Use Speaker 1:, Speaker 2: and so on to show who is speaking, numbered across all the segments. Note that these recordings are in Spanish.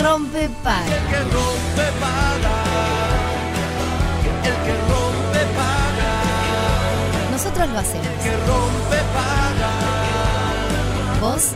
Speaker 1: rompe paga.
Speaker 2: El que rompe paga. El que rompe paga.
Speaker 1: Nosotros lo hacemos.
Speaker 2: El que rompe paga.
Speaker 1: Vos.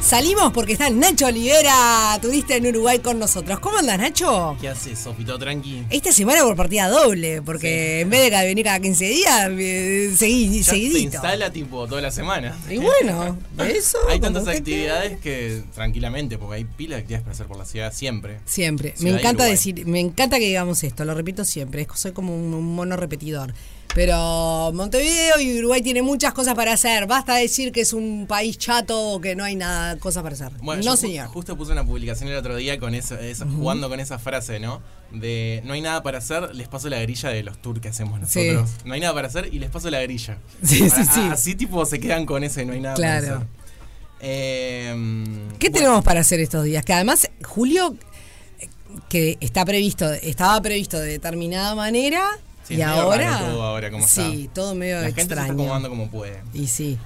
Speaker 3: Salimos porque está el Nacho Olivera, turista en Uruguay con nosotros. ¿Cómo andas, Nacho?
Speaker 4: ¿Qué haces, Sofito? Tranqui.
Speaker 3: Esta semana por partida doble, porque sí. en vez de venir cada 15 días, eh, seguí,
Speaker 4: ya seguidito. Se instala tipo toda la semana.
Speaker 3: Y bueno, eso.
Speaker 4: hay tantas actividades que... que, tranquilamente, porque hay pila de actividades para hacer por la ciudad siempre.
Speaker 3: Siempre. Ciudad me encanta de decir, me encanta que digamos esto, lo repito siempre. Soy como un mono repetidor. Pero Montevideo y Uruguay tiene muchas cosas para hacer. Basta decir que es un país chato o que no hay nada cosa para hacer.
Speaker 4: Bueno,
Speaker 3: no,
Speaker 4: yo
Speaker 3: señor.
Speaker 4: Justo puse una publicación el otro día con eso, eso uh -huh. jugando con esa frase, ¿no? De no hay nada para hacer, les paso la grilla de los tours que hacemos nosotros. Sí. No hay nada para hacer y les paso la grilla.
Speaker 3: Sí, para, sí, sí.
Speaker 4: Así tipo se quedan con ese no hay nada
Speaker 3: claro.
Speaker 4: para hacer. Em,
Speaker 3: Eh, ¿Qué bueno. tenemos para hacer estos días? Que además, Julio, que está previsto, estaba previsto de determinada manera,
Speaker 4: Sí,
Speaker 3: y ahora,
Speaker 4: todo ahora como
Speaker 3: sí,
Speaker 4: está.
Speaker 3: todo medio
Speaker 4: La
Speaker 3: extraño.
Speaker 4: gente se está acomodando como puede.
Speaker 3: Y sí.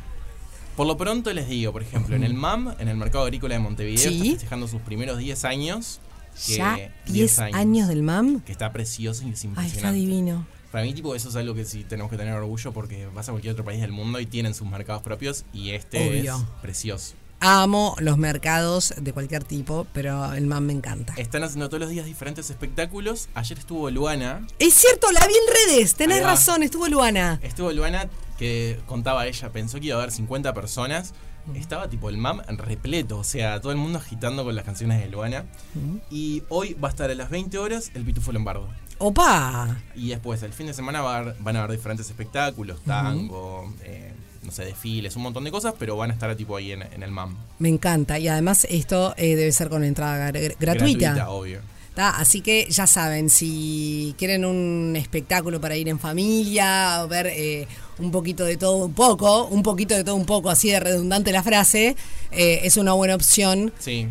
Speaker 4: Por lo pronto les digo, por ejemplo, en el MAM, en el Mercado Agrícola de Montevideo, ¿Sí? está festejando sus primeros 10 años.
Speaker 3: Que, ¿Ya? 10 años, años, del MAM?
Speaker 4: Que está precioso y es
Speaker 3: impresionante. Ay, está divino.
Speaker 4: Para mí, tipo, eso es algo que sí tenemos que tener orgullo porque vas a cualquier otro país del mundo y tienen sus mercados propios y este Obvio. es precioso.
Speaker 3: Amo los mercados de cualquier tipo, pero el MAM me encanta.
Speaker 4: Están haciendo todos los días diferentes espectáculos. Ayer estuvo Luana.
Speaker 3: Es cierto, la vi en redes, tenés razón, estuvo Luana.
Speaker 4: Estuvo Luana que contaba ella, pensó que iba a haber 50 personas. Uh -huh. Estaba tipo el MAM repleto, o sea, todo el mundo agitando con las canciones de Luana. Uh -huh. Y hoy va a estar a las 20 horas el Pitufo Lombardo.
Speaker 3: ¡Opa!
Speaker 4: Y después, el fin de semana va a haber, van a haber diferentes espectáculos, tango, uh -huh. eh, no sé, desfiles, un montón de cosas, pero van a estar tipo ahí en, en el MAM.
Speaker 3: Me encanta. Y además esto eh, debe ser con entrada gr gratuita.
Speaker 4: Gratuita, obvio.
Speaker 3: ¿Tá? Así que ya saben, si quieren un espectáculo para ir en familia, o ver eh, un poquito de todo un poco, un poquito de todo un poco, así de redundante la frase, eh, es una buena opción.
Speaker 4: Sí.
Speaker 3: Eh,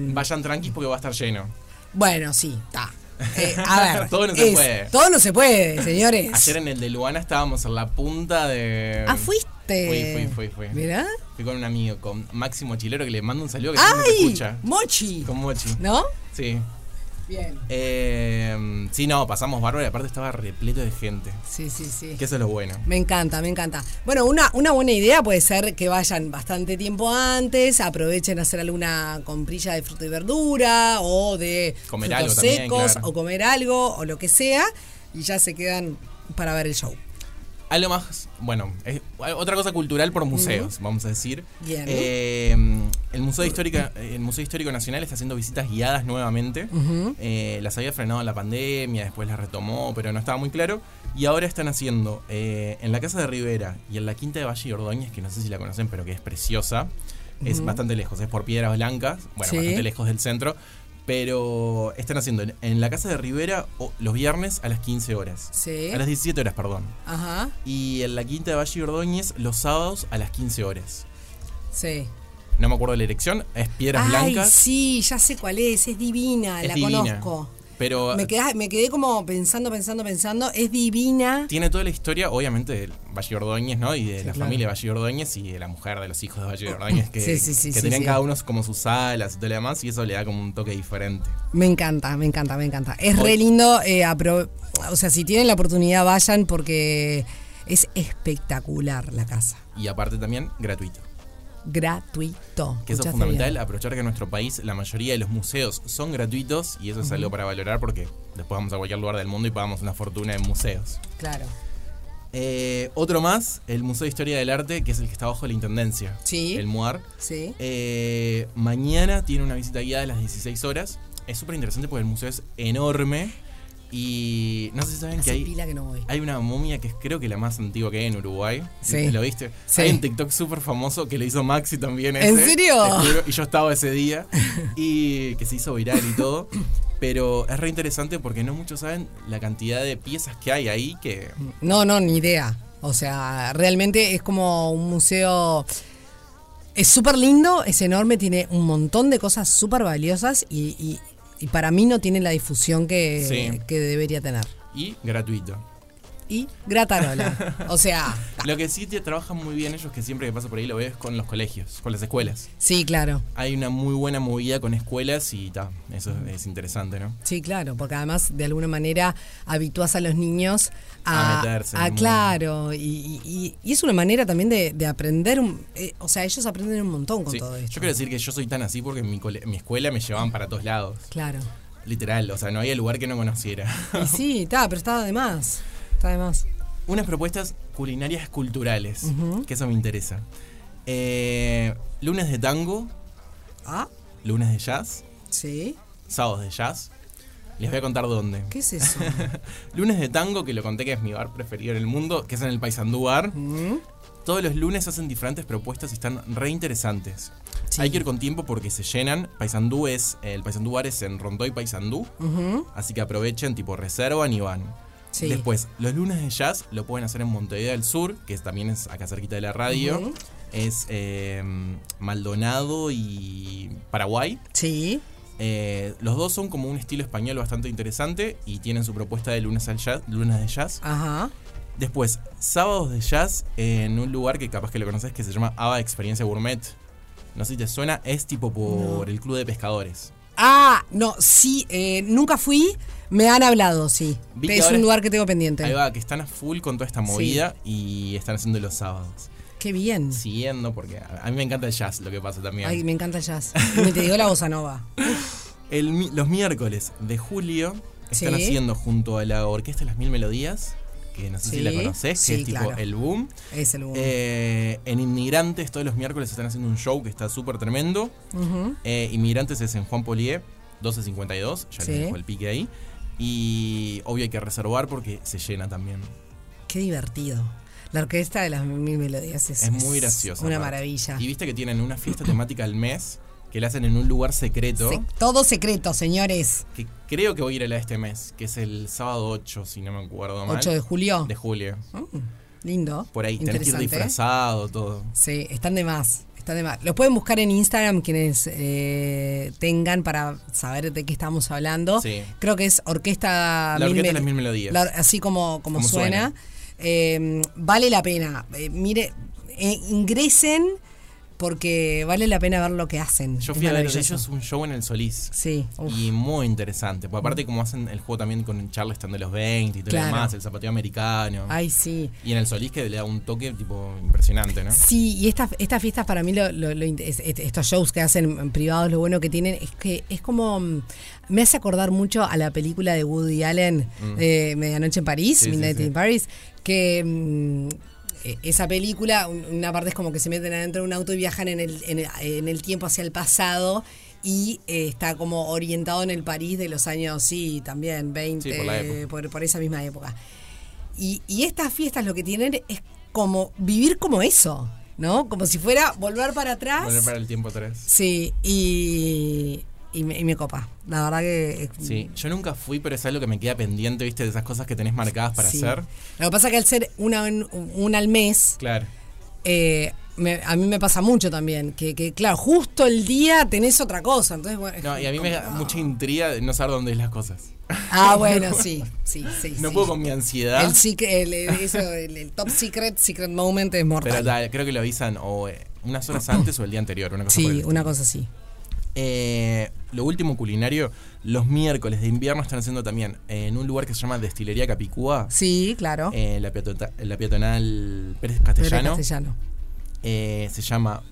Speaker 4: Vayan tranquis porque va a estar lleno.
Speaker 3: Bueno, sí, está. Eh, a ver,
Speaker 4: todo no se es, puede.
Speaker 3: Todo no se puede, señores.
Speaker 4: Ayer en el de Luana estábamos en la punta de.
Speaker 3: Ah, fuiste.
Speaker 4: Fui, fui, fui, fui.
Speaker 3: ¿Mirá?
Speaker 4: Fui con un amigo, con Máximo Chilero, que le mando un saludo que ¡Ay! No escucha.
Speaker 3: ¡Mochi!
Speaker 4: Con Mochi.
Speaker 3: ¿No?
Speaker 4: Sí.
Speaker 3: Bien.
Speaker 4: Eh, sí, no, pasamos bárbaro aparte estaba repleto de gente.
Speaker 3: Sí, sí, sí.
Speaker 4: Que eso es lo bueno.
Speaker 3: Me encanta, me encanta. Bueno, una, una buena idea puede ser que vayan bastante tiempo antes, aprovechen a hacer alguna comprilla de fruta y verdura o de
Speaker 4: comer
Speaker 3: frutos
Speaker 4: algo
Speaker 3: secos
Speaker 4: también, claro.
Speaker 3: o comer algo o lo que sea y ya se quedan para ver el show.
Speaker 4: Algo más, bueno, es otra cosa cultural por museos, uh -huh. vamos a decir.
Speaker 3: Bien.
Speaker 4: Eh, el, Museo Histórica, el Museo Histórico Nacional está haciendo visitas guiadas nuevamente. Uh -huh. eh, las había frenado en la pandemia, después las retomó, pero no estaba muy claro. Y ahora están haciendo eh, en la Casa de Rivera y en la Quinta de Valle y Ordóñez, que no sé si la conocen, pero que es preciosa. Uh -huh. Es bastante lejos, es por Piedras Blancas, bueno, ¿Sí? bastante lejos del centro. Pero están haciendo en la casa de Rivera los viernes a las 15 horas.
Speaker 3: Sí.
Speaker 4: A las 17 horas, perdón.
Speaker 3: Ajá.
Speaker 4: Y en la quinta de Valle y Ordóñez los sábados a las 15 horas.
Speaker 3: Sí.
Speaker 4: No me acuerdo de la dirección, es Piedras
Speaker 3: Ay,
Speaker 4: Blancas.
Speaker 3: Sí, ya sé cuál es, es divina,
Speaker 4: es
Speaker 3: la
Speaker 4: divina,
Speaker 3: conozco.
Speaker 4: Pero
Speaker 3: me quedé, me quedé como pensando, pensando, pensando, es divina.
Speaker 4: Tiene toda la historia, obviamente, de Valle y Ordóñez, ¿no? Y de sí, la claro. familia de Valle y Ordóñez y de la mujer, de los hijos de Valle y Ordóñez, que,
Speaker 3: sí, sí,
Speaker 4: que tenían cada uno como sus alas y todo lo demás, y eso le da como un toque diferente.
Speaker 3: Me encanta, me encanta, me encanta. Es Hoy, re lindo, eh, apro o sea, si tienen la oportunidad, vayan porque es espectacular la casa.
Speaker 4: Y aparte también, gratuito
Speaker 3: gratuito.
Speaker 4: Que eso es fundamental, bien. aprovechar que en nuestro país la mayoría de los museos son gratuitos y eso es uh -huh. algo para valorar porque después vamos a cualquier lugar del mundo y pagamos una fortuna en museos.
Speaker 3: Claro.
Speaker 4: Eh, otro más, el Museo de Historia del Arte, que es el que está bajo la Intendencia.
Speaker 3: Sí.
Speaker 4: El MUAR.
Speaker 3: Sí.
Speaker 4: Eh, mañana tiene una visita guiada a las 16 horas. Es súper interesante porque el museo es enorme. Y no sé si saben
Speaker 3: Hace
Speaker 4: que hay,
Speaker 3: pila que no voy.
Speaker 4: hay una momia que es creo que la más antigua que hay en Uruguay.
Speaker 3: Sí.
Speaker 4: ¿Lo viste?
Speaker 3: Sí.
Speaker 4: Hay un TikTok súper famoso que lo hizo Maxi también.
Speaker 3: Ese, ¿En serio?
Speaker 4: Juro, y yo estaba ese día y que se hizo viral y todo. Pero es re interesante porque no muchos saben la cantidad de piezas que hay ahí que...
Speaker 3: Mm. No, no, ni idea. O sea, realmente es como un museo... Es súper lindo, es enorme, tiene un montón de cosas súper valiosas y, y y para mí no tiene la difusión que,
Speaker 4: sí.
Speaker 3: que debería tener.
Speaker 4: Y gratuito.
Speaker 3: Y y Gratarola. O sea,
Speaker 4: Lo que sí te trabajan muy bien ellos, que siempre que paso por ahí lo ves con los colegios, con las escuelas.
Speaker 3: sí, claro.
Speaker 4: Hay una muy buena movida con escuelas y ta, eso es, es interesante, ¿no?
Speaker 3: Sí, claro, porque además de alguna manera habitúas a los niños a,
Speaker 4: A meterse en
Speaker 3: a-
Speaker 4: el mundo.
Speaker 3: claro, y, y- y es una manera también de, de aprender, un- eh, o sea, ellos aprenden un montón con
Speaker 4: Sí.
Speaker 3: todo
Speaker 4: Yo
Speaker 3: esto.
Speaker 4: quiero decir que yo soy tan así porque en mi, cole- mi escuela me llevaban para todos lados.
Speaker 3: Claro.
Speaker 4: Literal, o sea, no había lugar que no conociera.
Speaker 3: Y sí, está, pero está de más. Está de más.
Speaker 4: Unas propuestas culinarias culturales, que eso me interesa. Eh, lunes de tango,
Speaker 3: Ah,
Speaker 4: lunes de jazz,
Speaker 3: sí.
Speaker 4: sábados de jazz. Les voy a contar dónde.
Speaker 3: ¿Qué es eso?
Speaker 4: Lunes de tango, que lo conté que es mi bar preferido en el mundo, que es en el Paisandú Bar.
Speaker 3: Mm,
Speaker 4: Todos los lunes hacen diferentes propuestas y están re interesantes.
Speaker 3: Sí.
Speaker 4: Hay que ir con tiempo porque se llenan. Paisandú es, el Paisandú Bar es en Rondó y Paisandú.
Speaker 3: ujú,
Speaker 4: Así que aprovechen, tipo reservan y van.
Speaker 3: Sí.
Speaker 4: Después, los lunes de jazz lo pueden hacer en Montevideo del Sur, que es- también es acá cerquita de la radio.
Speaker 3: Ujú.
Speaker 4: Es eh, Maldonado y Paraguay.
Speaker 3: Sí.
Speaker 4: Eh, los dos son como un estilo español bastante interesante y tienen su propuesta de lunes, al jazz, lunes de jazz.
Speaker 3: Ajá.
Speaker 4: Después, sábados de jazz en un lugar que capaz que lo conoces que se llama Ava Experiencia Gourmet. No sé si te suena, es tipo por el Club de Pescadores.
Speaker 3: Ah, no, sí, eh, nunca fui, me han hablado, sí.
Speaker 4: Vi que
Speaker 3: es
Speaker 4: ahora-
Speaker 3: un lugar que tengo pendiente.
Speaker 4: Ahí va, que están a full con toda esta movida y están haciendo los sábados.
Speaker 3: Qué bien.
Speaker 4: Siguiendo, porque a a mí me encanta el jazz, lo que pasa también.
Speaker 3: Mm. Ay, me encanta el jazz. Ni te digo la bossa nova.
Speaker 4: El mi- los miércoles de julio están
Speaker 3: Sí.
Speaker 4: haciendo junto a la Orquesta de las Mil Melodías, que no sé si la
Speaker 3: Sí.
Speaker 4: conoces, que
Speaker 3: Sí,
Speaker 4: es tipo
Speaker 3: claro.
Speaker 4: el boom.
Speaker 3: Es el boom.
Speaker 4: Eh, en Inmigrantes todos los miércoles están haciendo un show que está súper tremendo.
Speaker 3: Ujú.
Speaker 4: Eh, Inmigrantes es en Juan Polié, 1252, ya
Speaker 3: Sí.
Speaker 4: les dejo el pique ahí. Y obvio hay que reservar porque se llena también.
Speaker 3: Qué divertido. La orquesta de las mil melodías es,
Speaker 4: Es muy gracioso.
Speaker 3: Una
Speaker 4: aparte.
Speaker 3: maravilla.
Speaker 4: Y viste que tienen una fiesta temática al mes que la hacen en un lugar secreto.
Speaker 3: Se- todo secreto, señores.
Speaker 4: Que creo que voy a ir a la de este mes, que es el sábado 8, si no me acuerdo mal.
Speaker 3: 8 de julio.
Speaker 4: de julio.
Speaker 3: Lindo.
Speaker 4: Por ahí, tenés que ir
Speaker 3: Interesante. ¿eh?
Speaker 4: disfrazado, todo.
Speaker 3: Sí, están de más. Están de más. Los pueden buscar en Instagram quienes eh, tengan para saber de qué estamos hablando.
Speaker 4: Sí.
Speaker 3: Creo que es Orquesta
Speaker 4: La
Speaker 3: Mil
Speaker 4: Orquesta de
Speaker 3: Mel-
Speaker 4: las Mil Melodías.
Speaker 3: la- así como, como,
Speaker 4: Como
Speaker 3: suena.
Speaker 4: suena.
Speaker 3: Eh, vale la pena. Eh, mire, eh, ingresen porque vale la pena ver lo que hacen.
Speaker 4: Yo
Speaker 3: Es
Speaker 4: fui a ver de
Speaker 3: maravilloso.
Speaker 4: ellos un show en el Solís.
Speaker 3: Sí. uf.
Speaker 4: Y muy interesante. Porque aparte, como hacen el juego también con el Charleston de los 20 y todo
Speaker 3: Claro.
Speaker 4: lo demás, el zapateo americano.
Speaker 3: Ay, sí.
Speaker 4: Y en el Solís que le da un toque tipo impresionante, ¿no?
Speaker 3: Sí, y estas estas fiestas para mí, lo- lo- lo int- es- est- estos shows que hacen en privados, lo bueno que tienen es que es como. mm, Me hace acordar mucho a la película de Woody Allen, eh, Medianoche en París,
Speaker 4: Mm. Sí, sí,
Speaker 3: Midnight
Speaker 4: sí.
Speaker 3: in Paris, que. mm, eh, esa película, un- una parte es como que se meten adentro de un auto y viajan en el, en el, en el tiempo hacia el pasado y eh, está como orientado en el París de los años, sí, también 20,
Speaker 4: por la época.
Speaker 3: por- por esa misma época. Y, y estas fiestas lo que tienen es como vivir como eso, ¿no? Como si fuera volver para atrás.
Speaker 4: Volver para el tiempo 3.
Speaker 3: Sí, y, y, me, y me copa. La verdad que.
Speaker 4: Sí, yo nunca fui, pero es algo que me queda pendiente, ¿viste? De esas cosas que tenés marcadas para
Speaker 3: sí.
Speaker 4: hacer.
Speaker 3: Lo que pasa que al ser una, en- una al mes,
Speaker 4: Claro.
Speaker 3: eh, me- a mí me pasa mucho también. Que, que, claro, justo el día tenés otra cosa. Entonces, bueno, es
Speaker 4: No, y a mí
Speaker 3: como-
Speaker 4: me da mucha intriga de no saber dónde es las cosas.
Speaker 3: Ah, bueno, sí, sí, sí.
Speaker 4: No
Speaker 3: sí.
Speaker 4: puedo con mi ansiedad.
Speaker 3: El, secre- el, el- eso, el- el top secret, secret moment es mortal.
Speaker 4: Pero da, creo que lo avisan o eh, unas horas antes o el día anterior, una cosa por el
Speaker 3: sí,
Speaker 4: estilo.
Speaker 3: una cosa así.
Speaker 4: Eh, lo último culinario, los miércoles de invierno están haciendo también eh, en un lugar que se llama Destilería Capicúa,
Speaker 3: Sí, claro.
Speaker 4: eh, la, peatota- la peatonal Pérez
Speaker 3: Pero era
Speaker 4: Castellano,
Speaker 3: castellano.
Speaker 4: eh, se llama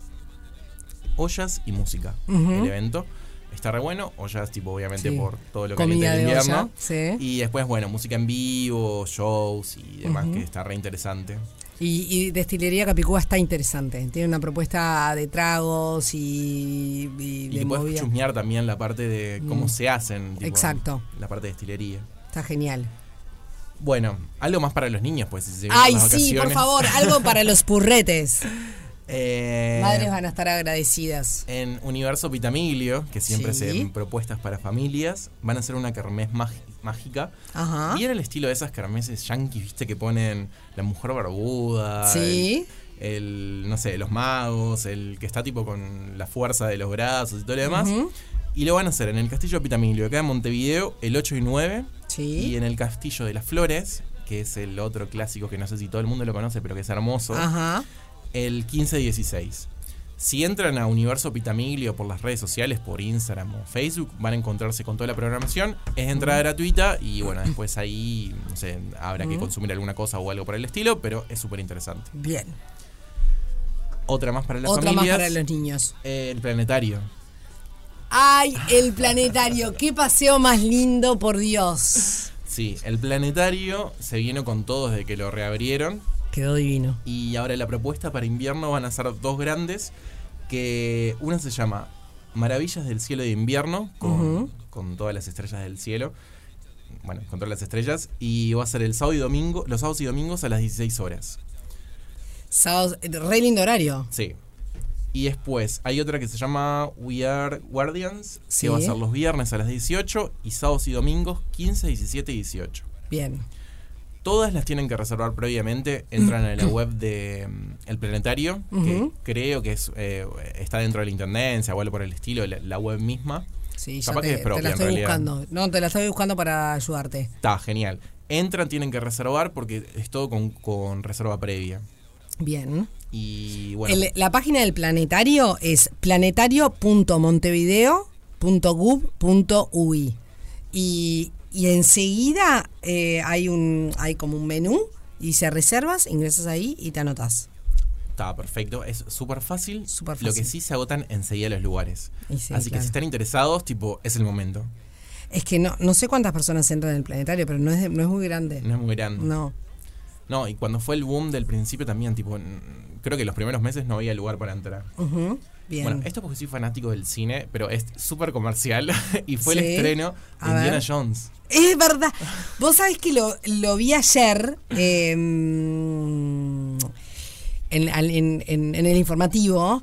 Speaker 4: Ollas y Música,
Speaker 3: Ujú.
Speaker 4: el evento. Está re bueno, ollas tipo obviamente
Speaker 3: Sí.
Speaker 4: por todo lo que
Speaker 3: Comida
Speaker 4: caliente
Speaker 3: de
Speaker 4: el invierno.
Speaker 3: olla, sí.
Speaker 4: Y después, bueno, música en vivo, shows y demás, que está re interesante.
Speaker 3: Y, y Destilería Capicúa está interesante. Tiene una propuesta de tragos y, y
Speaker 4: Y
Speaker 3: de
Speaker 4: te puedes
Speaker 3: movida. Mm.
Speaker 4: chusmear también la parte de cómo se hacen. tipo,
Speaker 3: Exacto.
Speaker 4: La parte de destilería.
Speaker 3: Está genial.
Speaker 4: Bueno, algo más para los niños, pues. Si se vienen
Speaker 3: Ay,
Speaker 4: las
Speaker 3: sí, por
Speaker 4: vacaciones.
Speaker 3: favor, algo para los purretes.
Speaker 4: Eh,
Speaker 3: Madres van a estar agradecidas.
Speaker 4: En Universo Pitamilio, que siempre
Speaker 3: Sí.
Speaker 4: se hacen propuestas para familias, van a hacer una kermés magi- mágica.
Speaker 3: Ajá.
Speaker 4: Y era el estilo de esas kermeses yanquis, viste, que ponen la mujer barbuda.
Speaker 3: Sí.
Speaker 4: El, el, no sé, los magos, el que está tipo con la fuerza de los brazos y todo lo demás. Y lo van a hacer en el Castillo Pitamilio, acá en Montevideo, el 8 y 9.
Speaker 3: Sí.
Speaker 4: Y en el Castillo de las Flores, que que es el otro clásico que no sé si todo el mundo lo conoce, pero que es hermoso.
Speaker 3: Ajá.
Speaker 4: El 15-16. Si entran a Universo Pitamiglio por las redes sociales, por Instagram o Facebook, van a encontrarse con toda la programación. Es entrada gratuita y bueno, después ahí no sé, habrá que consumir alguna cosa o algo por el estilo, pero es súper interesante.
Speaker 3: Bien.
Speaker 4: Otra más para las
Speaker 3: Otra más
Speaker 4: familias.
Speaker 3: para los niños.
Speaker 4: eh, el planetario.
Speaker 3: ¡Ay, el planetario! ¡Qué paseo más lindo, por Dios!
Speaker 4: Sí, el planetario se vino con todo desde que lo reabrieron.
Speaker 3: Quedó divino.
Speaker 4: Y ahora la propuesta para invierno van a ser dos grandes, que una se llama Maravillas del Cielo de Invierno, con, con todas las estrellas del cielo, bueno, con todas las estrellas, y va a ser el sábado y domingo, los sábados y domingos a las 16 horas.
Speaker 3: Sábados, eh, re lindo horario.
Speaker 4: Sí. Y después hay otra que se llama We Are Guardians,
Speaker 3: Sí.
Speaker 4: que va a ser los viernes a las 18 y sábados y domingos 15, 17 y 18.
Speaker 3: Bien.
Speaker 4: Todas las tienen que reservar previamente. Entran a la web de mm, El Planetario,
Speaker 3: Ujú.
Speaker 4: que creo que es, eh, está dentro de la intendencia o algo por el estilo, la, la web misma.
Speaker 3: Sí, ya
Speaker 4: Capaz que
Speaker 3: te,
Speaker 4: es
Speaker 3: te
Speaker 4: propia,
Speaker 3: la
Speaker 4: en
Speaker 3: estoy
Speaker 4: realidad.
Speaker 3: buscando. No, te la estoy buscando para ayudarte.
Speaker 4: Está genial. Entran, tienen que reservar porque es todo con, con reserva previa.
Speaker 3: Bien.
Speaker 4: Y bueno,
Speaker 3: El- la página del planetario es planetario.montevideo.gov.ui. Y, y enseguida eh, hay, un, hay como un menú y dice reservas, ingresas ahí y te anotas.
Speaker 4: está perfecto. Es súper fácil.
Speaker 3: Súper
Speaker 4: Lo
Speaker 3: fácil.
Speaker 4: que sí se agotan enseguida los lugares.
Speaker 3: Y sí,
Speaker 4: Así que
Speaker 3: claro.
Speaker 4: si están interesados, tipo, es el momento.
Speaker 3: Es que no, no sé cuántas personas entran en el planetario, pero no es, de- no es muy grande.
Speaker 4: No es muy grande.
Speaker 3: No.
Speaker 4: No, y cuando fue el boom del principio también, tipo, mm, creo que los primeros meses no había lugar para entrar.
Speaker 3: Ujú. Bien.
Speaker 4: Bueno, esto porque soy fanático del cine, pero es súper comercial y fue el
Speaker 3: Sí.
Speaker 4: estreno de
Speaker 3: A
Speaker 4: Indiana
Speaker 3: ver.
Speaker 4: Jones.
Speaker 3: Es verdad. Vos sabés que lo, lo vi ayer eh, en, al- en- en- en el informativo.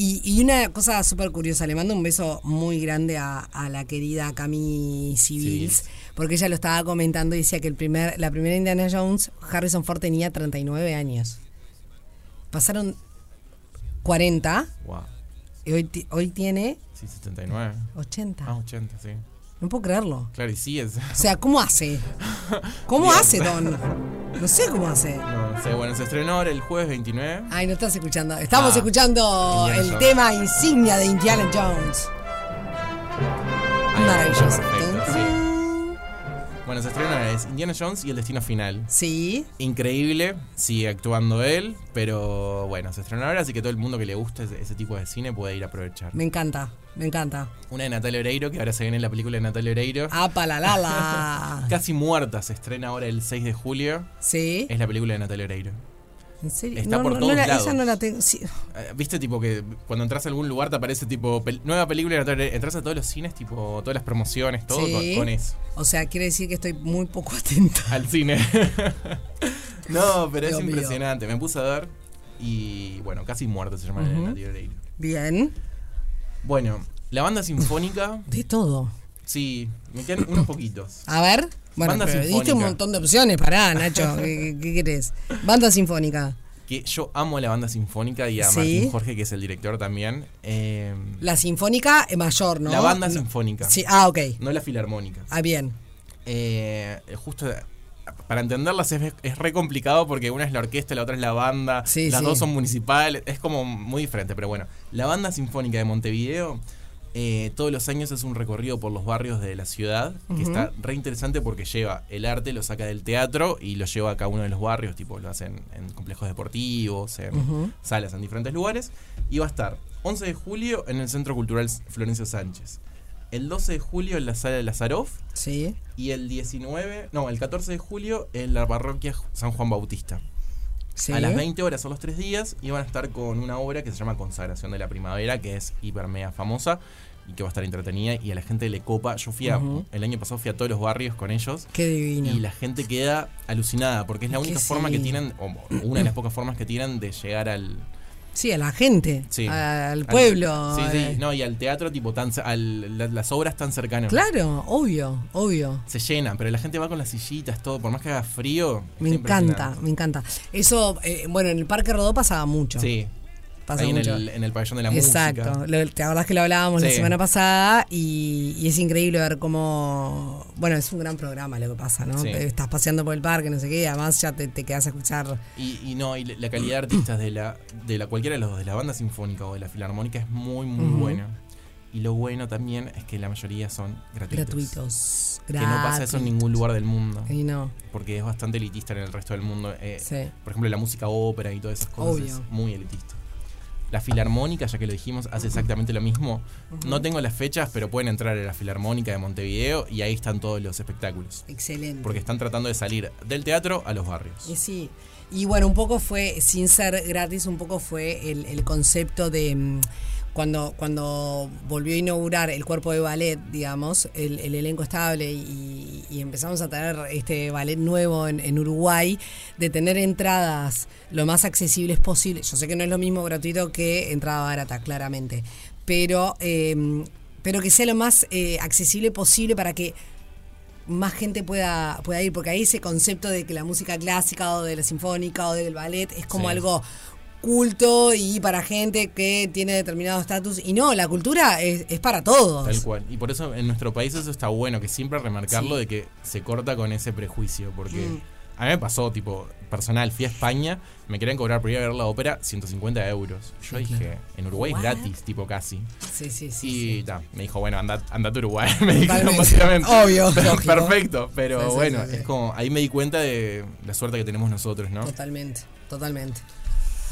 Speaker 3: Y, y una cosa súper curiosa, le mando un beso muy grande a, a la querida Cami Civils,
Speaker 4: Civils.
Speaker 3: porque ella lo estaba comentando y decía que el primer, la primera Indiana Jones, Harrison Ford tenía 39 años. Pasaron 40
Speaker 4: Wow.
Speaker 3: y hoy, ti- hoy tiene
Speaker 4: Sí, 79.
Speaker 3: 80.
Speaker 4: Ah, 80, sí.
Speaker 3: No puedo creerlo.
Speaker 4: Claro, y sí es.
Speaker 3: O sea, ¿cómo hace? ¿Cómo
Speaker 4: Bien.
Speaker 3: hace, Don? No sé cómo hace.
Speaker 4: No, no sé, bueno, se estrenó ahora el jueves 29.
Speaker 3: Ay, no estás escuchando. Estamos
Speaker 4: Ah,
Speaker 3: escuchando
Speaker 4: Indiana
Speaker 3: el
Speaker 4: Jones.
Speaker 3: tema insignia de Indiana Jones.
Speaker 4: Ahí,
Speaker 3: Ah, Maravilloso.
Speaker 4: perfecto, sí. Bueno, se estrena es Indiana Jones y el destino final.
Speaker 3: Sí.
Speaker 4: Increíble, sigue actuando él, pero bueno, se estrenó ahora, así que todo el mundo que le gusta ese, ese tipo de cine puede ir a aprovechar.
Speaker 3: me encanta, me encanta.
Speaker 4: Una de Natalia Oreiro, que ahora se viene en la película de Natalia Oreiro.
Speaker 3: Apa la la la.
Speaker 4: Casi muerta se estrena ahora el 6 de julio.
Speaker 3: Sí.
Speaker 4: Es la película de Natalia Oreiro.
Speaker 3: En serio.
Speaker 4: está
Speaker 3: no,
Speaker 4: por
Speaker 3: no, no
Speaker 4: todos
Speaker 3: la-
Speaker 4: lados.
Speaker 3: Esa no la tengo. sí.
Speaker 4: Eh, ¿Viste tipo que cuando entras a algún lugar te aparece tipo pel- nueva película de Natalia Oreiro? Entras a todos los cines, tipo todas las promociones, todo
Speaker 3: Sí.
Speaker 4: con, con eso.
Speaker 3: O sea, quiere decir que estoy muy poco atenta.
Speaker 4: Al cine. no, pero
Speaker 3: Dios
Speaker 4: es
Speaker 3: mío.
Speaker 4: impresionante. Me puse a ver y bueno, casi muerta se llama la de Natalia Oreiro.
Speaker 3: Bien.
Speaker 4: Bueno, la banda sinfónica,
Speaker 3: De todo.
Speaker 4: sí, me quedan unos poquitos.
Speaker 3: A ver. Bueno,
Speaker 4: Banda
Speaker 3: pero diste un
Speaker 4: sinfónica.
Speaker 3: montón de opciones. Pará, Nacho. ¿Qué, qué- qué querés? Banda sinfónica.
Speaker 4: Que yo amo a la banda sinfónica y a
Speaker 3: Sí.
Speaker 4: Martín Jorge, que es el director también. Eh,
Speaker 3: La sinfónica eh, mayor, ¿no?
Speaker 4: La banda
Speaker 3: No.
Speaker 4: sinfónica.
Speaker 3: Sí, ah, ok.
Speaker 4: No la filarmónica.
Speaker 3: Ah, bien.
Speaker 4: Eh, justo para entenderlas es, es re complicado porque una es la orquesta, la otra es la banda,
Speaker 3: Sí,
Speaker 4: las
Speaker 3: sí.
Speaker 4: dos son municipales, es como muy diferente, pero bueno, la banda sinfónica de Montevideo eh, todos los años hace un recorrido por los barrios de la ciudad, que está re interesante porque lleva el arte, lo saca del teatro y lo lleva a cada uno de los barrios, tipo lo hacen en complejos deportivos, en salas, en diferentes lugares, y va a estar 11 de julio en el Centro Cultural Florencio Sánchez. El 12 de julio en la sala de Lazaroff
Speaker 3: Sí.
Speaker 4: y el 19, no, el 14 de julio en la parroquia San Juan Bautista.
Speaker 3: sí.
Speaker 4: A las 20 horas son los tres días y van a estar con una obra que se llama Consagración de la Primavera, que es hiper mega famosa y que va a estar entretenida y a la gente le copa. Yo fui a, el año pasado fui a todos los barrios con ellos.
Speaker 3: Qué divino.
Speaker 4: Y la gente queda alucinada porque es la
Speaker 3: Que
Speaker 4: única
Speaker 3: sí.
Speaker 4: forma que tienen, o una de las pocas formas que tienen de llegar al,
Speaker 3: Sí, a la gente.
Speaker 4: sí,
Speaker 3: Al pueblo.
Speaker 4: Sí,
Speaker 3: eh.
Speaker 4: sí, no, y al teatro, tipo, tan, ce- al- la- las obras tan cercanas.
Speaker 3: Claro, obvio, obvio.
Speaker 4: se llenan, pero la gente va con las sillitas, todo, por más que haga frío.
Speaker 3: Me
Speaker 4: está
Speaker 3: encanta,
Speaker 4: impresionante.
Speaker 3: me encanta. Eso, eh, bueno, en el Parque Rodó pasaba mucho.
Speaker 4: Sí.
Speaker 3: pasa
Speaker 4: ahí En,
Speaker 3: mucho.
Speaker 4: el, en el pabellón de la
Speaker 3: Exacto,
Speaker 4: música.
Speaker 3: Lo- te acordás que lo hablábamos la
Speaker 4: Sí.
Speaker 3: semana pasada y, y es increíble ver cómo, bueno, es un gran programa lo que pasa, ¿no?
Speaker 4: Sí.
Speaker 3: Te- Estás paseando por el parque, no sé qué, y además ya te, te quedas a escuchar.
Speaker 4: Y, y no, y la calidad de artistas de la, de la cualquiera de los dos, de la banda sinfónica o de la filarmónica, es muy, muy
Speaker 3: Ujú.
Speaker 4: buena. Y lo bueno también es que la mayoría son gratuitos.
Speaker 3: Gratuitos.
Speaker 4: Que no pasa eso en ningún lugar del mundo.
Speaker 3: Y no,
Speaker 4: Porque es bastante elitista en el resto del mundo. eh,
Speaker 3: sí.
Speaker 4: Por ejemplo, la música ópera y todas esas cosas
Speaker 3: Obvio.
Speaker 4: es muy elitista. La filarmónica, ya que lo dijimos, hace exactamente lo mismo. No tengo las fechas, pero pueden entrar a la filarmónica de Montevideo y ahí están todos los espectáculos.
Speaker 3: Excelente.
Speaker 4: Porque están tratando de salir del teatro a los barrios.
Speaker 3: Y sí. Y bueno, un poco fue, sin ser gratis, un poco fue el, el concepto de mm, cuando, cuando volvió a inaugurar el cuerpo de ballet, digamos, el, el elenco estable y, y empezamos a tener este ballet nuevo en, en Uruguay, de tener entradas lo más accesibles posible. Yo sé que no es lo mismo gratuito que entrada barata, claramente, pero, eh, pero que sea lo más eh, accesible posible para que más gente pueda, pueda ir, porque ahí ese concepto de que la música clásica o de la sinfónica o del ballet es como
Speaker 4: Sí.
Speaker 3: algo culto y para gente que tiene determinado estatus. Y no, la cultura es, es para todos.
Speaker 4: Tal cual. Y por eso en nuestro país eso está bueno, que siempre remarcarlo de que se corta con ese prejuicio. Porque
Speaker 3: Mm.
Speaker 4: a mí me pasó, tipo, personal, fui a España, me querían cobrar por ir a ver la ópera 150 euros. Yo dije, en Uruguay
Speaker 3: What?
Speaker 4: es gratis, tipo casi.
Speaker 3: Sí, sí, sí.
Speaker 4: Y ta, me dijo, bueno, andate a Uruguay. Me dijeron
Speaker 3: Totalmente.
Speaker 4: básicamente.
Speaker 3: Obvio,
Speaker 4: Pero
Speaker 3: lógico.
Speaker 4: Perfecto, pero
Speaker 3: Sí, sí,
Speaker 4: bueno,
Speaker 3: sí, sí.
Speaker 4: es como, ahí me di cuenta de la suerte que tenemos nosotros, ¿no?
Speaker 3: Totalmente, totalmente.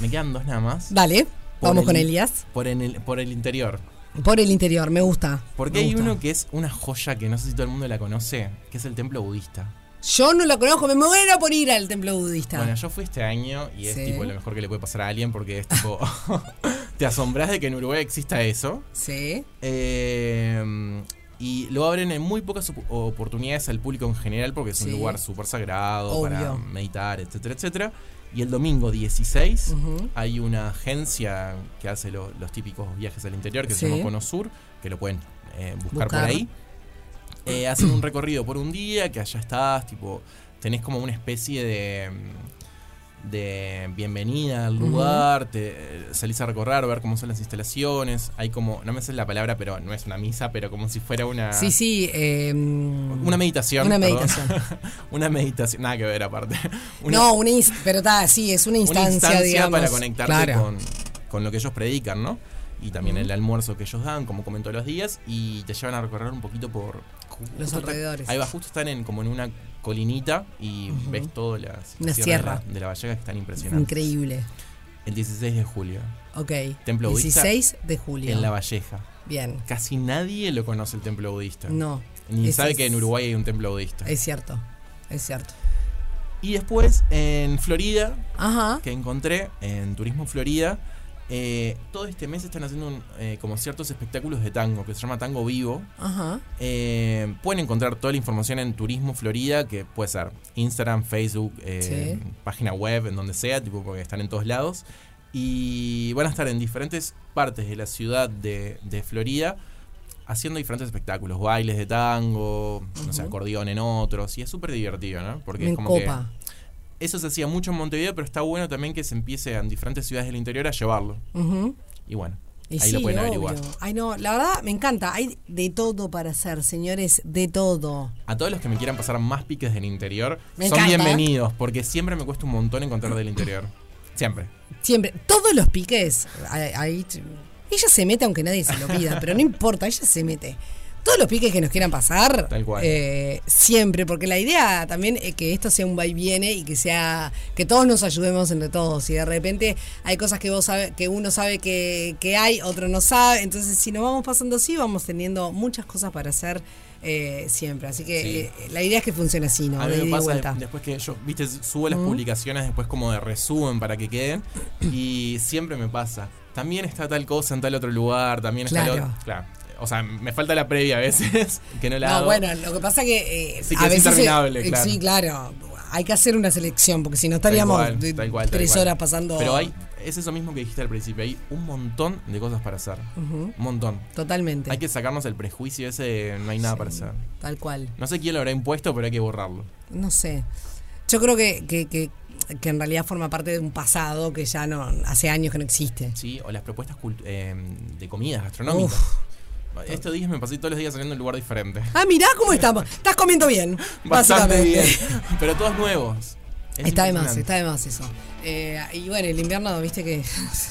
Speaker 4: Me quedan dos nada más.
Speaker 3: Vale,
Speaker 4: Por
Speaker 3: vamos
Speaker 4: el-
Speaker 3: con Elías.
Speaker 4: Por, en el, por el interior.
Speaker 3: Por el interior, me gusta.
Speaker 4: Porque
Speaker 3: me
Speaker 4: hay
Speaker 3: gusta.
Speaker 4: uno que es una joya que no sé si todo el mundo la conoce, que es el templo budista.
Speaker 3: Yo no lo conozco, me muero por ir al templo budista.
Speaker 4: Bueno, yo fui este año y es
Speaker 3: Sí.
Speaker 4: tipo lo mejor que le puede pasar a alguien porque es tipo. te asombras de que en Uruguay exista eso.
Speaker 3: Sí,
Speaker 4: Eh, y lo abren en muy pocas op- oportunidades al público en general porque es
Speaker 3: Sí.
Speaker 4: un lugar súper sagrado
Speaker 3: Obvio.
Speaker 4: para meditar, etcétera, etcétera. Y el domingo 16
Speaker 3: Ujú.
Speaker 4: hay una agencia que hace lo- los típicos viajes al interior que
Speaker 3: Sí.
Speaker 4: se llama Cono Sur, que lo pueden eh, buscar, por
Speaker 3: Buscar.
Speaker 4: ahí. Eh, hacen un recorrido por un día que allá estás, tipo, tenés como una especie de mm, de bienvenida al
Speaker 3: Ujú.
Speaker 4: lugar, te, eh, salís a recorrer, ver cómo son las instalaciones, hay como, no me sé la palabra, pero no es una misa, pero como si fuera una
Speaker 3: sí, sí. eh,
Speaker 4: una meditación,
Speaker 3: Una
Speaker 4: perdón.
Speaker 3: meditación.
Speaker 4: una meditación, nada que ver aparte. Una-
Speaker 3: no, una inst- pero está, sí, es una
Speaker 4: una
Speaker 3: instancia,
Speaker 4: instancia
Speaker 3: digamos.
Speaker 4: para conectarte
Speaker 3: Claro.
Speaker 4: con, con lo que ellos predican, ¿no? Y también el almuerzo que ellos dan, como comento los días, y te llevan a recorrer un poquito por ju-
Speaker 3: Los
Speaker 4: justo está-
Speaker 3: alrededores.
Speaker 4: Ahí va, justo están en como en una colinita y ves todas las
Speaker 3: Una
Speaker 4: sierras
Speaker 3: sierra.
Speaker 4: de la, de la Valleja que están impresionantes.
Speaker 3: Increíble.
Speaker 4: El 16 de julio,
Speaker 3: Ok.
Speaker 4: Templo budista
Speaker 3: 16 de julio.
Speaker 4: en la Valleja.
Speaker 3: Bien.
Speaker 4: Casi nadie lo conoce el templo budista.
Speaker 3: No,
Speaker 4: Ni
Speaker 3: es-
Speaker 4: sabe
Speaker 3: es-
Speaker 4: que en Uruguay hay un templo budista.
Speaker 3: es cierto. Es cierto.
Speaker 4: Y después en Florida
Speaker 3: Ajá.
Speaker 4: que encontré en Turismo Florida. eh, todo este mes están haciendo un, eh, como ciertos espectáculos de tango que se llama Tango Vivo.
Speaker 3: Ajá.
Speaker 4: Eh, pueden encontrar toda la información en Turismo Florida, que puede ser Instagram, Facebook, eh,
Speaker 3: Sí.
Speaker 4: página web, en donde sea, tipo porque están en todos lados. Y van a estar en diferentes partes de la ciudad de, de Florida haciendo diferentes espectáculos, bailes de tango, no sé, acordeón en otros. Y es súper divertido, ¿no? Porque
Speaker 3: Me
Speaker 4: es como que
Speaker 3: copa.
Speaker 4: eso se hacía mucho en Montevideo, pero está bueno también que se empiece en diferentes ciudades del interior a llevarlo.
Speaker 3: Ujú.
Speaker 4: Y bueno,
Speaker 3: Y
Speaker 4: ahí lo
Speaker 3: sí,
Speaker 4: pueden
Speaker 3: obvio.
Speaker 4: averiguar.
Speaker 3: Ay, no, la verdad me encanta. Hay de todo para hacer, señores, de todo.
Speaker 4: A todos los que me quieran pasar más piques del interior,
Speaker 3: Me
Speaker 4: son
Speaker 3: encanta. ¿eh?
Speaker 4: bienvenidos, porque siempre me cuesta un montón encontrar del interior. Siempre.
Speaker 3: Siempre, todos los piques, ahí- ahí- ella se mete aunque nadie se lo pida, pero no importa, ella se mete. Todos los piques que nos quieran pasar,
Speaker 4: Tal cual.
Speaker 3: eh, siempre, porque la idea también es que esto sea un va y viene y que sea que todos nos ayudemos entre todos. Y de repente hay cosas que vos sabe, que uno sabe que, que hay, otro no sabe. Entonces, si nos vamos pasando así, vamos teniendo muchas cosas para hacer eh, siempre. Así que
Speaker 4: Sí.
Speaker 3: eh, la idea es que funcione así, ¿no?
Speaker 4: a
Speaker 3: De
Speaker 4: mí me
Speaker 3: ida y
Speaker 4: pasa de-
Speaker 3: vuelta.
Speaker 4: después que yo, viste, subo las publicaciones después como de resumen para que queden, y siempre me pasa. También está tal cosa en tal otro lugar, también está
Speaker 3: Claro.
Speaker 4: lo- Claro. O sea, me falta la previa a veces, que no la
Speaker 3: No,
Speaker 4: hago.
Speaker 3: bueno, lo que pasa que. eh,
Speaker 4: Sí, que es
Speaker 3: veces,
Speaker 4: interminable,
Speaker 3: eh,
Speaker 4: claro.
Speaker 3: Sí, claro. Hay que hacer una selección, porque si no estaríamos
Speaker 4: Tal cual,
Speaker 3: de-
Speaker 4: tal cual, tal
Speaker 3: tres
Speaker 4: cual.
Speaker 3: horas pasando.
Speaker 4: Pero hay, es eso mismo que dijiste al principio, hay un montón de cosas para hacer. Un montón.
Speaker 3: Totalmente.
Speaker 4: Hay que sacarnos el prejuicio ese de no hay nada para hacer.
Speaker 3: Tal cual.
Speaker 4: No sé quién lo habrá impuesto, pero hay que borrarlo.
Speaker 3: No sé. Yo creo que, que- que que en realidad forma parte de un pasado que ya no hace años que no existe.
Speaker 4: Sí, o las propuestas cult- eh, de comidas gastronómicas. Estos días me pasé todos los días saliendo en un lugar diferente.
Speaker 3: Ah, mirá cómo estamos. Estás comiendo bien,
Speaker 4: Bastante
Speaker 3: básicamente.
Speaker 4: bien. Pero todos nuevos. Es
Speaker 3: Está de más,
Speaker 4: impresionante.
Speaker 3: está de más eso. Eh, y bueno, el invierno, viste que.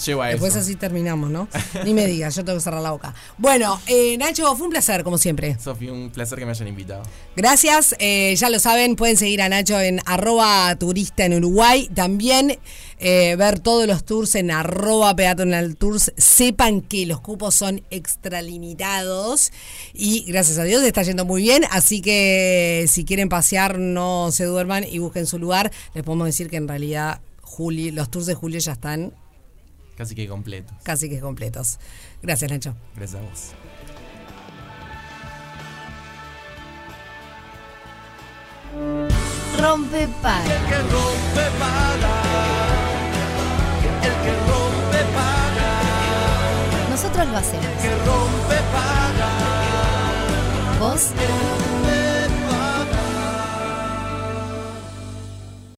Speaker 4: Lleva a
Speaker 3: Después
Speaker 4: eso.
Speaker 3: así terminamos, ¿no? Ni me digas, yo tengo que cerrar la boca. Bueno, eh, Nacho, fue un placer, como siempre.
Speaker 4: Sofi, un placer que me hayan invitado.
Speaker 3: Gracias, eh, ya lo saben, pueden seguir a Nacho en arroba turista en Uruguay. También eh, ver todos los tours en arroba peatonal tours. Sepan que los cupos son extralimitados y gracias a Dios está yendo muy bien. Así que si quieren pasear, no se duerman y busquen su lugar. Les podemos decir que en realidad Juli, los tours de julio ya están
Speaker 4: Casi que completo.
Speaker 3: casi que completos. Gracias, Nacho.
Speaker 4: Gracias a vos.
Speaker 1: Rompe
Speaker 2: El que rompe paga. El que rompe paga.
Speaker 1: Nosotros lo hacemos.
Speaker 2: El que rompe paga.
Speaker 1: Vos